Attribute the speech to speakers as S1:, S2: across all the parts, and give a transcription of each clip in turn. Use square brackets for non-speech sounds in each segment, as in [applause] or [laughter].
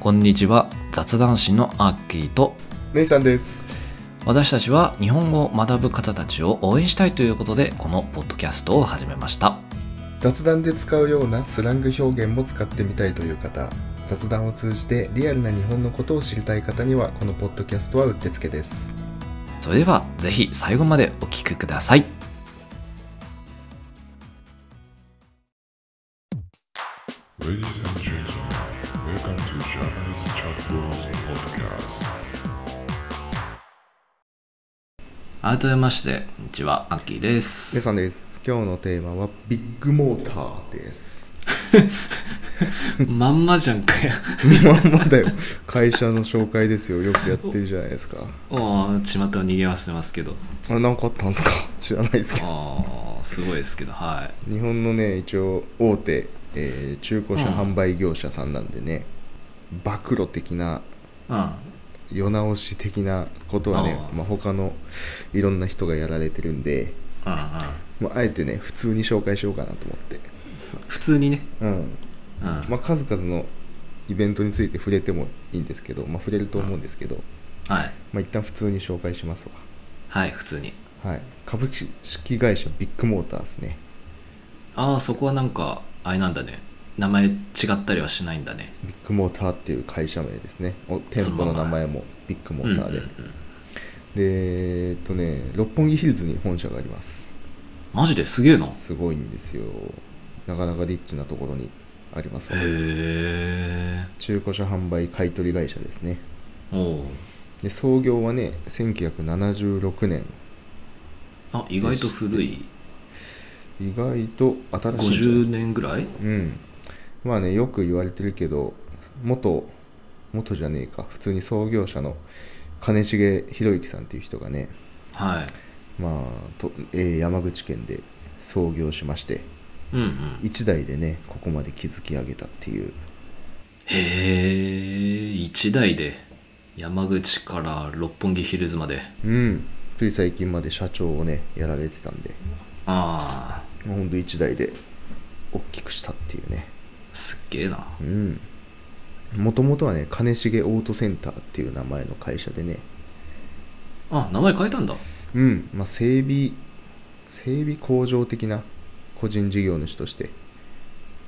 S1: こんにちは雑談師のアッキーと
S2: 姉さんです。
S1: 私たちは日本語を学ぶ方たちを応援したいということでこのポッドキャストを始めました
S2: 雑談で使うようなスラング表現も使ってみたいという方、雑談を通じてリアルな日本のことを知りたい方にはこのポッドキャストはうってつけです。
S1: それではぜひ最後までお聞きください改めましてこんにちはアッキーで
S2: 姉
S1: す
S2: さんです。今日のテーマはビッグモーターです。
S1: [laughs] まんまじゃんか [laughs] よ
S2: まんまだよ。会社の紹介ですよ。よくやってるじゃないですか。
S1: もう巷を逃げ合わせてますけど
S2: あれなんかあったんですか知らないですけど。
S1: あーすごいですけどはい
S2: 日本のね、一応大手、えー中古車販売業者さんなんでね、暴露的な
S1: うん
S2: 世直し的なことはね
S1: ああ
S2: まあ、他のいろんな人がやられてるんで、
S1: うん
S2: まあ、あえてね普通に紹介しようかなと思って、
S1: うんそう普通にね
S2: うん
S1: うん
S2: まあ、数々のイベントについて触れてもいいんですけど、まあ、触れると思うんですけど、
S1: はい
S2: まあ、一旦普通に紹介します
S1: はい普通に
S2: わ、はい、株式会社ビッグモーターですね
S1: ああそこはなんかあれなんだね名前違ったりはしないんだね
S2: ビッグモーターっていう会社名ですねお店舗の名前もビッグモーターで、
S1: うんうんうん
S2: でえっとね六本木ヒルズに本社があります
S1: マジですげえなへ
S2: すごいんですよなかなかリッチなところにありますわ
S1: え
S2: 中古車販売買取会社ですね
S1: おおう
S2: で創業はね1976年
S1: あ意外と古い
S2: 意外と新しいんじゃない
S1: 50年ぐらい
S2: うんまあねよく言われてるけど元元じゃねえか普通に創業者の金重博之さんっていう人がね
S1: はい
S2: まあと、えー山口県で創業しまして
S1: うんうん
S2: 1代でねここまで築き上げたっていう
S1: へえ一台で山口から六本木ヒルズまで
S2: うんつい最近まで社長をねやられてたんで
S1: ああ
S2: まあほんと1代で大きくしたっていうね
S1: すっげえな
S2: うんもともとはね金重オートセンターっていう名前の会社でね
S1: あ名前変えたんだ
S2: うん、まあ、整備整備工場的な個人事業主として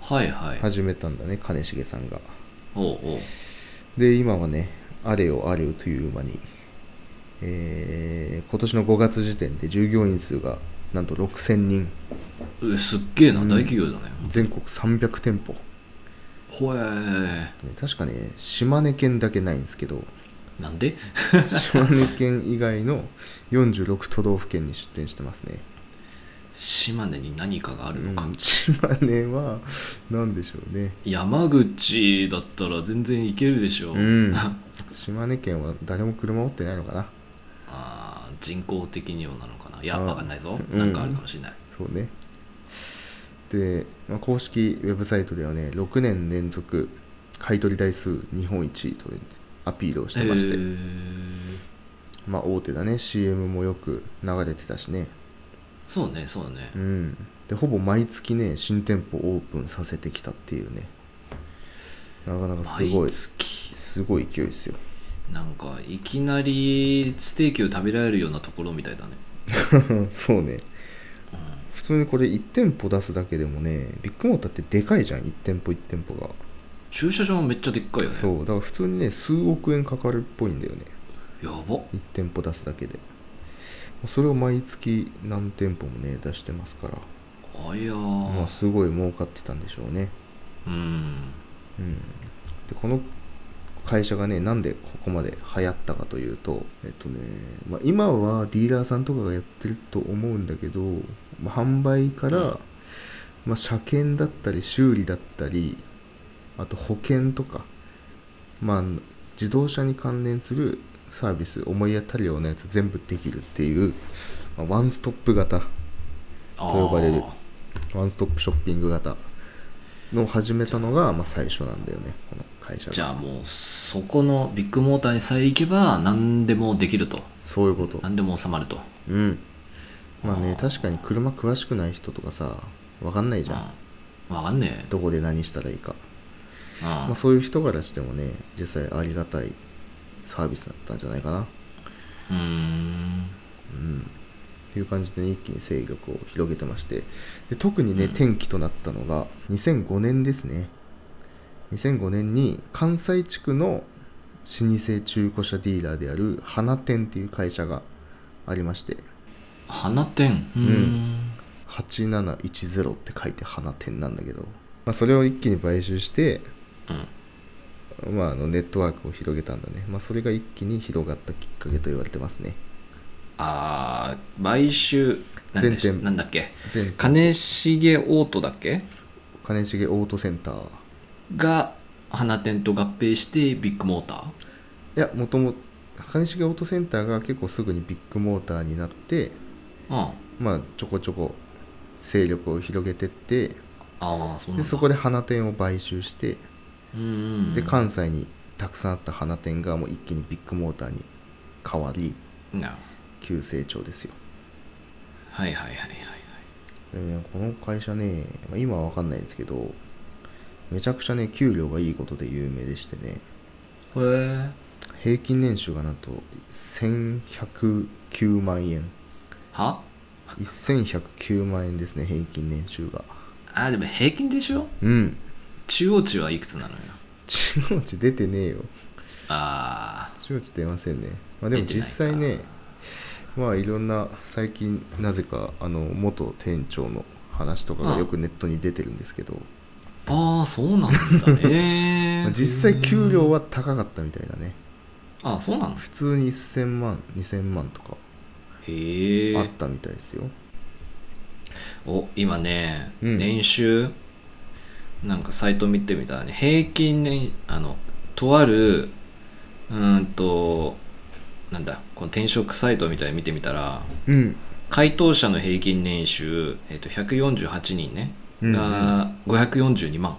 S1: はいはい、
S2: 始めたんだね金重さんが
S1: おうおう
S2: で今はねあれよあれよという間にえー今年の5月時点で従業員数がなんと6000人
S1: えすっげえな、
S2: うん
S1: 大企業だね
S2: 全国300店舗
S1: ほえ
S2: ね確かね島根県だけないんですけ [laughs] ど
S1: なんで [laughs]
S2: 島根県以外の46都道府県に出店してますね
S1: 島根に何かがあるのか、
S2: うん島根は何でしょうね
S1: 山口だったら全然いけるでしょ
S2: うん島根県は誰も車持ってないのかな
S1: あー人工的にもなのかないや
S2: うん
S1: わかんないぞ、
S2: うん
S1: なんかあるかもしれない
S2: そうねで、まあ、公式ウェブサイトではね6年連続買取台数日本一というアピールをしてまして、
S1: へー
S2: まあ大手だね CM もよく流れてたしね
S1: そうねそうね、
S2: うんでほぼ毎月ね新店舗オープンさせてきたっていうねなかなかすご
S1: 毎
S2: い
S1: 月
S2: すごい勢いですよ
S1: なんかいきなりステーキを食べられるようなところみたいだね、
S2: そうね
S1: うん
S2: 普通にこれ1店舗出すだけでもねビッグモーターってでかいじゃん1店舗1店舗が
S1: 駐車場もめっちゃでっかいよね
S2: そうだから普通にね数億円かかるっぽいんだよね
S1: やば
S2: 1店舗出すだけでそれを毎月何店舗もね出してますから
S1: あいやー、
S2: まあすごい儲かってたんでしょうね
S1: うん
S2: うんでこの会社がねなんでここまで流行ったかというとえっとね、まあ、今はディーラーさんとかがやってると思うんだけど、まあ販売から、
S1: うん
S2: まあ、車検だったり修理だったりあと保険とか、まあ、自動車に関連するサービス思い当たるようなやつ全部できるっていう、まあワンストップ型
S1: あー
S2: と呼ばれるワンストップショッピング型のを始めたのが、まあ、最初なんだよねこの会社が
S1: じゃあもうそこのビッグモーターにさえ行けば何でもできると
S2: そういうこと
S1: 何でも収まると
S2: うんまあ
S1: あ
S2: ね
S1: ー
S2: 確かに車詳しくない人とかさわかんないじゃん
S1: うん、分かんねえ
S2: どこで何したらいいかまあ、そういう人からしてもね実際ありがたいサービスだったんじゃないかなっ
S1: うんうん
S2: ていう感じで、ね、一気に勢力を広げてましてで特にね、
S1: うん
S2: 転機となったのが2005年ですね2005年に関西地区の老舗中古車ディーラーである花店っていう会社がありまして
S1: 花店うーん
S2: 8710って書いて花店なんだけど、まあ、それを一気に買収して、
S1: うん
S2: まあ、あのネットワークを広げたんだね、まあ、それが一気に広がったきっかけと言われてますね
S1: あー買収なんでし
S2: 全店
S1: なんだっけ
S2: 全
S1: 金重オートだっけ
S2: 金重オートセンター
S1: が花店と合併してビッグモーター
S2: いやもとも金重オートセンターが結構すぐにビッグモーターになって
S1: うんあ
S2: まあちょこちょこ勢力を広げてって
S1: あそうなん
S2: で
S1: だ
S2: そこで花店を買収して
S1: うんうんうん
S2: で関西にたくさんあった花店がもう一気にビッグモーターに変わり
S1: な
S2: 急成長ですよ
S1: はいはいはいはいはい
S2: でね、この会社ね、まあ今は分かんないんですけど、めちゃくちゃね、給料がいいことで有名でしてね、
S1: へえ
S2: 平均年収がなんと1109万円。
S1: は
S2: 1109万円ですね、平均年収が。
S1: あーでも平均でしょ
S2: うん。
S1: 中央値はいくつなのよ
S2: 中央値出てねえよ。
S1: あ
S2: 中央値出ませんね。まあでも
S1: 出てないか
S2: 実際ね、まあいろんな、最近なぜか、あの、元店長の話とかがよくネットに出てるんですけど、
S1: ーあーそうなんだね
S2: [laughs] まあ実際給料
S1: は
S2: は高かったみたいだね。
S1: あーそうなの
S2: 普通に1000万2000万とか
S1: へ
S2: あっ
S1: え
S2: たみたいですよ、
S1: お今ね、
S2: うん
S1: 年収なんかサイト見てみたらね平均年あのとあるうーんとなんだこの転職サイトみたいに見てみたら
S2: うん
S1: 回答者の平均年収、えっと148人ね
S2: うん
S1: が542万、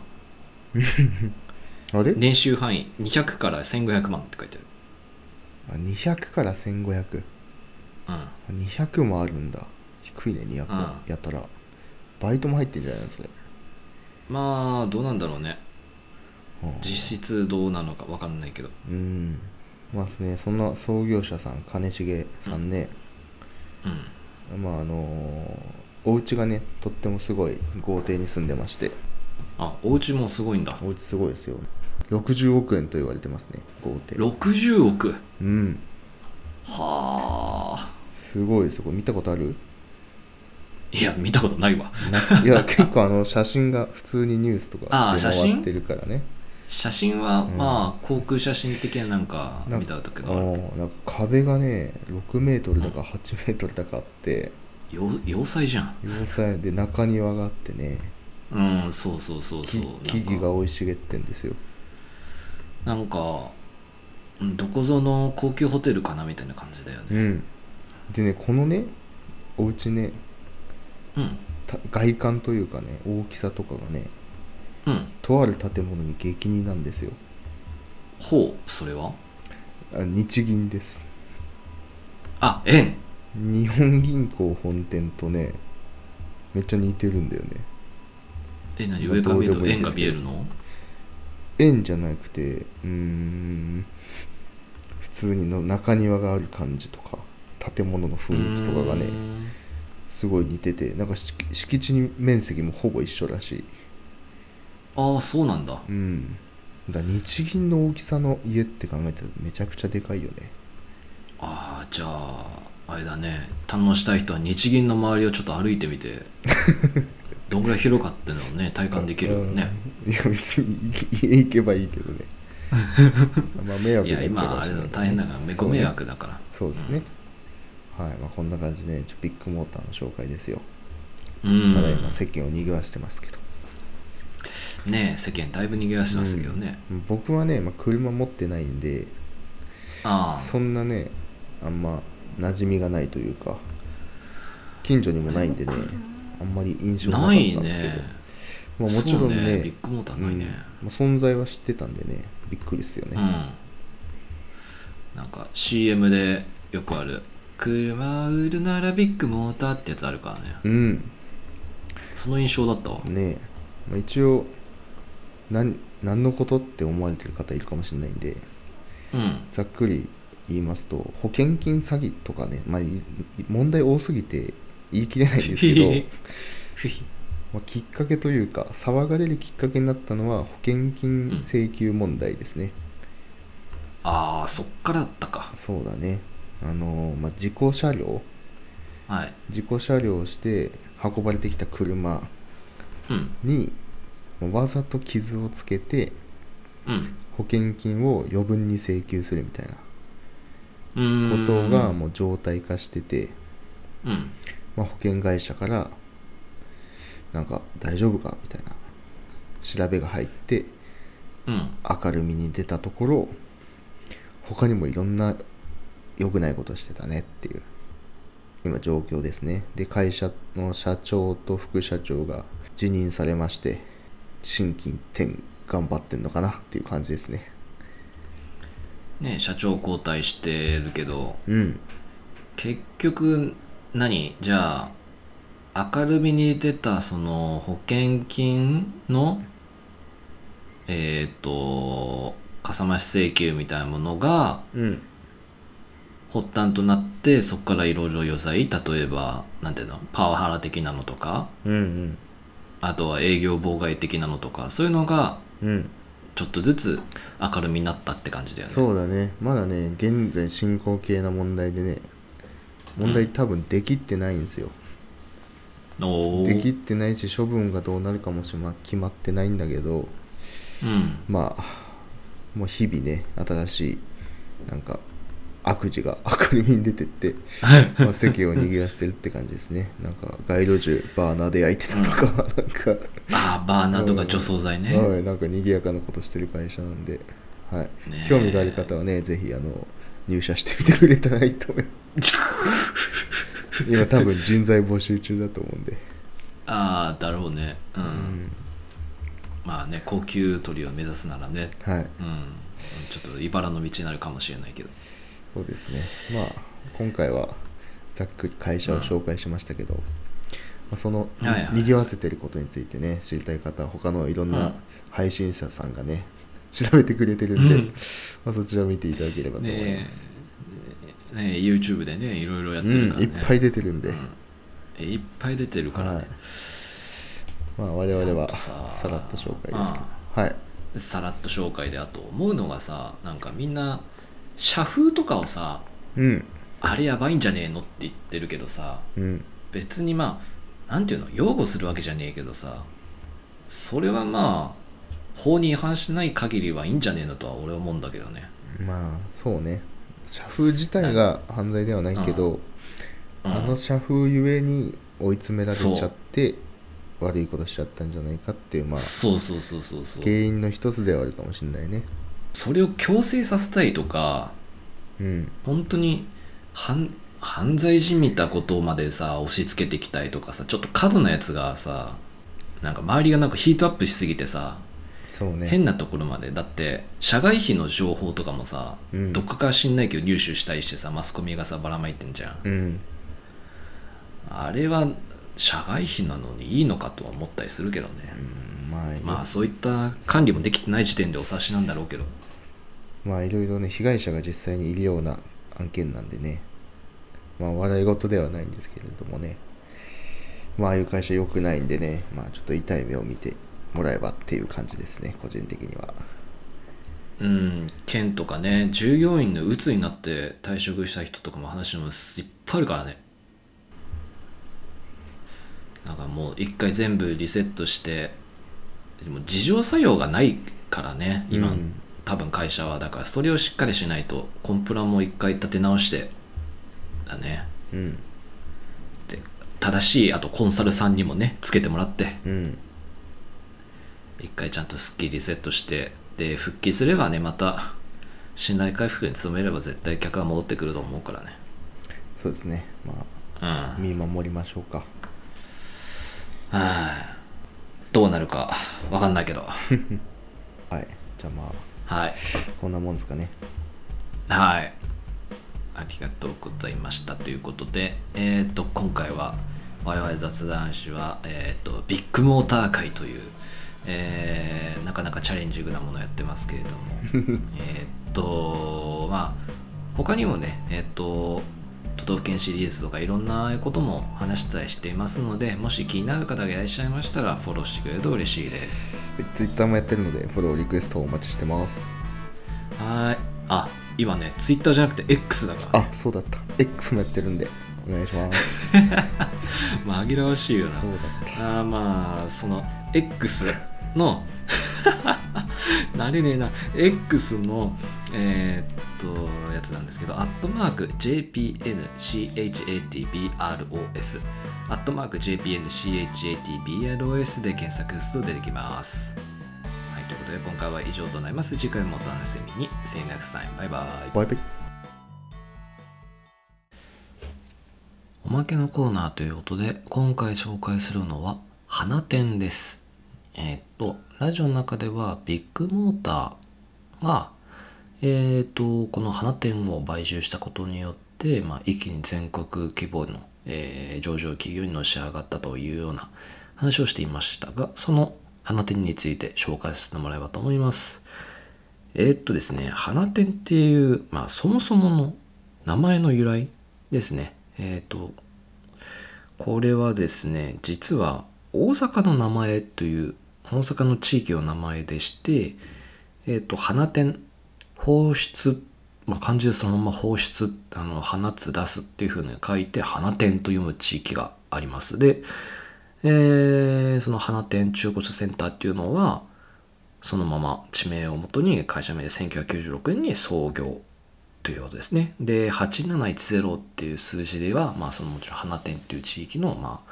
S2: あれ
S1: 年収範囲200から1500万って書いて
S2: あ200から1500200
S1: ある
S2: もあるんだ低いね200は
S1: う
S2: やったらバイトも入ってんじゃないのそれ
S1: うんまあどうなんだろうね
S2: うん
S1: 実質どうなのか分かんないけど
S2: うんまあですねそんな創業者さん金重さんね、
S1: うん
S2: まああのーお家がねとってもすごい豪邸に住んでまして
S1: あお家もすごいんだ
S2: お家すごいですよ60億円と言われてますね豪邸
S1: 60億
S2: うん
S1: はあ
S2: すごいですよこれ見たことある
S1: いや見たことないわ
S2: [laughs] ないや結構あの写真が普通にニュースとか
S1: あー
S2: で
S1: 写
S2: 回
S1: 真
S2: ってるからね
S1: 写真は、
S2: うん
S1: まあ航空写真的ななんか見たけどある
S2: うんなんか壁がね6メートルだか8メートルだかあって
S1: 要要塞じゃん
S2: 要塞で中庭があってね
S1: うんそうそうそうそう
S2: 木木々が生い茂ってんですよ
S1: なんかなんかうんどこぞの高級ホテルかなみたいな感じだよ
S2: う
S1: ね
S2: んでねこのねお家ね
S1: うん
S2: た外観というかね大きさとかがね
S1: うん
S2: とある建物に激似なんですよ
S1: ほうそれは
S2: あ日銀です
S1: あ円
S2: 日本銀行本店とねめっちゃ似てるんだよね
S1: え何
S2: まあ
S1: 上から見る
S2: ど
S1: と
S2: うでもいい
S1: 円
S2: んで
S1: が
S2: すけ
S1: 見
S2: ど
S1: えるの
S2: 円じゃなくてうーん普通にの中庭がある感じとか建物の雰囲気とかが
S1: うー
S2: ね
S1: ん
S2: すごい似ててなんか敷敷地に面積もほぼ一緒らしい
S1: ああそうなんだ
S2: うんだから日銀の大きさの家って考えたらめちゃくちゃでかいよね
S1: ああじゃああれだね堪能したい人は日銀の周りをちょっと歩いてみ
S2: [laughs]
S1: てどんぐらい広かってのをね体感できるよね
S2: うんいや別に家行けばいいけ
S1: [laughs]
S2: どねまあ迷惑
S1: い
S2: に
S1: や
S2: なっちゃうか
S1: 今
S2: も
S1: あ
S2: し
S1: れだ
S2: れないけどね
S1: 大変だからめ
S2: そ
S1: ご
S2: うね
S1: 迷惑だから
S2: そうですね、はい、まあ、こんな感じでねちょビッグモーターの紹介ですよ
S1: うん
S2: ただいま世間を賑わしてますけど、
S1: ねえ世間だいぶ逃げ出してましたけどね、
S2: 僕はね、まあ、車持ってないんで
S1: ああ
S2: そんなねあんま馴染みがないというか近所にもないんでねあんまり印象なかっ
S1: な
S2: た
S1: い
S2: んですけど、
S1: ね
S2: まあ、もちろん
S1: そう
S2: ね
S1: ビッグモーターないね
S2: うんまあ、存在は知ってたんでねびっくりですよ
S1: うん、
S2: ね、
S1: なんか CM でよくある車売るならビッグモーターってやつあるからね
S2: うん
S1: その印象だったわ
S2: ねえ、まあ、一応何何のことって思われてる方いるかもしれないんで
S1: うん
S2: ざっくり言いますと保険金詐欺とかね、まあ、い問題多すぎて言い切れないんですけ
S1: [laughs]
S2: どまあきっかけというか騒がれるきっかけになったのは保険金請求問題ですね、
S1: ああそっからだったか
S2: そうだねあの、まあ、事故車両
S1: はい
S2: 事故車両をして運ばれてきた車
S1: うん
S2: にまあわざと傷をつけて
S1: うん
S2: 保険金を余分に請求するみたいな
S1: うーん
S2: ことがもう常態化してて、
S1: うん
S2: まあ、保険会社からなんか大丈夫かみたいな調べが入って
S1: うん
S2: 明るみに出たところ他にもいろんな良くないことしてたねっていう今状況ですねで会社の社長と副社長が辞任されまして心機一転頑張ってんのかなっていう感じですね
S1: ね社長交代してるけど
S2: うん
S1: 結局何じゃあ明るみに出たその保険金のえっ、とかさ増し請求みたいなものが
S2: うん
S1: 発端となってそこからいろいろ余罪例えばなんていうのパワハラ的なのとか
S2: うんうん
S1: あとは営業妨害的なのとかそういうのが
S2: うん
S1: ちょっとずつ明るみになったって感じだよね
S2: そうだねまだね現在進行形な問題でね問題多分できってないんですよ、
S1: お
S2: で
S1: ー
S2: きってないし処分がどうなるかもしま決まってないんだけど
S1: うん
S2: まあもう日々ね新しいなんか悪事が明るみに出てって、まあ、世間を握らせてるって感じですねなんか街路樹バーナーで焼いてた
S1: [laughs]
S2: とか、なんか、
S1: あーバーナーとか除草剤ね、
S2: はいなんか賑やかなことしてる会社なんで、はい、
S1: ねえ
S2: 興味がある方はねぜひあの入社してみてくれたらいいと思います
S1: [laughs]
S2: 今多分人材募集中だと思うんで、
S1: ああだろうねうん、
S2: うん
S1: まあね高級鳥を目指すならねう
S2: はい
S1: んちょっと茨の道になるかもしれないけど
S2: そうですねまあ今回はざっくり会社を紹介しましたけど、まあ、その、
S1: はいはい
S2: にぎわせてることについてね知りたい方は他のいろん
S1: うん
S2: な配信者さんがね調べてくれてるんで、
S1: うん
S2: まあ、そちらを見ていただければと思い
S1: ね
S2: ます、
S1: えねえ YouTube でねいろいろやっ
S2: う
S1: てるか
S2: ん
S1: ら
S2: い
S1: ね、
S2: っぱい出てるんで、
S1: うんえいっぱい出てるから
S2: はい
S1: ね、
S2: まあ、我々
S1: なん
S2: は
S1: かさ
S2: さらっと紹介ですけどはい
S1: さらっと紹介であと思うのがさなんかみんな社風とかをさ
S2: うん
S1: あれやばいんじゃねえのって言ってるけどさ
S2: うん
S1: 別にまあなんていうの擁護するわけじゃねえけどさそれはまあ法に違反しない限りはいいんじゃねえのとは俺は思うんだけどね
S2: まあそうね社風自体が犯罪ではないけど、
S1: うん
S2: あの社風ゆえに追い詰められちゃって悪いことしちゃったんじゃないかっていうまあ
S1: そうそうそうそうそう
S2: 原因の一つではあるかもしれないね
S1: それを強制させたいとか
S2: うん
S1: 本当に犯犯罪じみたことまでさ押し付けてきたりとかさちょっと過度なやつがさなんか周りがなんかヒートアップしすぎてさ
S2: そうね
S1: 変なところまでだって社外費の情報とかもさ、
S2: うん
S1: どっかから知んないけど入手したりしてさマスコミがさばらまいてんじゃん
S2: うん
S1: あれは社外費なのにいいのかとは思ったりするけどね、
S2: うんまあ、
S1: まあそういった管理もできてない時点でお察しなんだろうけど
S2: まあいろいろね被害者が実際にいるような案件なんでねまあ笑い事ではないんですけれどもねまあああいう会社良くないんでねまあちょっと痛い目を見てもらえばっていう感じですね個人的には
S1: うん県とかね従業員の鬱になって退職した人とかも話もいっぱいあるからねなんかもう一回全部リセットしてでも自浄作用がないからね今、
S2: うん
S1: 多分会社はだからそれをしっかりしないとコンプラも一回立て直してだね
S2: うん
S1: で正しいあとコンサルさんにもねつけてもらって
S2: うん
S1: 一回ちゃんとスッキリリセットしてで復帰すればねまた信頼回復に努めれば絶対客は戻ってくると思うからね
S2: そうですねま
S1: うん
S2: あ
S1: はい
S2: 見守りましょうか
S1: どうなるかわかんないけど
S2: はいじゃあまあ
S1: はい
S2: こんなもんですかね
S1: はいありがとうございましたということでえっ、と今回は我々雑談師はえっ、とビッグモーター会というえーなかなかチャレンジングなものをやってますけれども [laughs] えーっとまあ他にもねえーっと都道府県シリーズとかいろんなことも話したりしていますのでもし気になる方がいらっしゃいましたらフォローしてくれると嬉しいです
S2: で Twitter もやってるのでフォローリクエストをお待ちしてます
S1: はーいあ今ねツイッターじゃなくて X だから
S2: あそうだった X もやってるんでお願いします
S1: 紛らわしいよな
S2: [laughs] そうだった
S1: あーまあその X の [laughs] 慣れねえな X のえーっとやつなんですけどアットマーク JPNCHATBROS アットマーク JPNCHATBROS で検索すると出てきますはいということで今回は以上となります次回もお楽しみに See you next time バイバイ
S2: バイバイ
S1: おまけのコーナーということで、今回紹介するのは、花店です。えーっと、ラジオの中では、ビッグモーターが、えーっと、この花店を買収したことによって、まあ、一気に全国規模の、えー上場企業にのし上がったというような話をしていましたが、その花店について紹介させてもらえればと思います。えーっとですね、花店っていう、まあ、そもそもの名前の由来ですね。えーっと、これはですね、実は大阪の名前という、大阪の地域の名前でして、えっ、と、花店、放出、まあ、漢字でそのまま放出、あの、放つ、出すっていうふうに書いて、花店と読む地域があります。で、えーその花店中古車センターっていうのは、そのまま地名をもとに会社名で1996年に創業ということですね。で、8710っていう数字では、まあ、そのもちろん花店っていう地域の、まあ、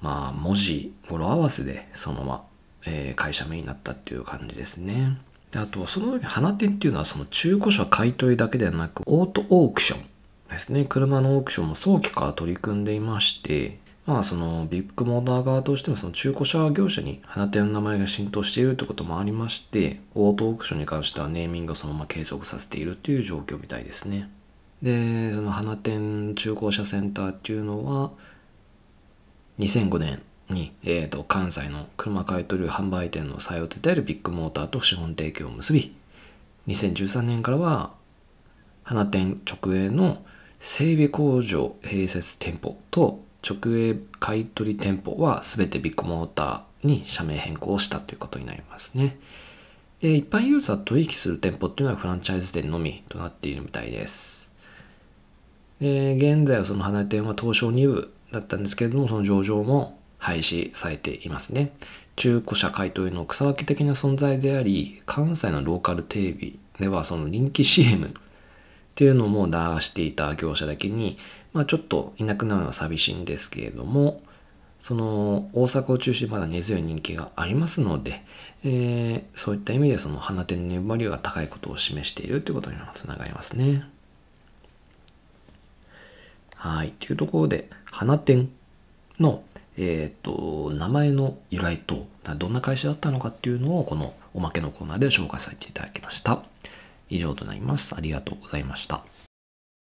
S1: まあ、文字、語呂合わせで、そのまま、えー会社名になったっていう感じですね。であと、その時、花店っていうのは、その中古車買い取りだけではなく、オートオークションですね。車のオークションも早期から取り組んでいまして、まあ、そのビッグモーター側としても、その中古車業者に花店の名前が浸透しているってこともありまして、オートオークションに関してはネーミングをそのまま継続させているっていう状況みたいですね。で、その花店中古車センターっていうのは、2005年に、えー、と関西の車買い取り販売店の最大手であるビッグモーターと資本提供を結び2013年からは花店直営の整備工場併設店舗と直営買い取り店舗は全てビッグモーターに社名変更をしたということになりますね。で一般ユーザーと取引する店舗っていうのはフランチャイズ店のみとなっているみたいです。で現在はその花店は東証2部だったんですけれどもその上場も廃止されていますね中古車買い取りの草分け的な存在であり関西のローカルテレビではその人気 CM っていうのも流していた業者だけに、まあ、ちょっといなくなるのは寂しいんですけれどもその大阪を中心にまだ根強い人気がありますので、えーそういった意味でその花店の粘りが高いことを示しているということにもつながりますね。はい。というところで、花店の、えっ、と、名前の由来と、どんな会社だったのかっていうのを、このおまけのコーナーで紹介させていただきました。以上となります。ありがとうございました。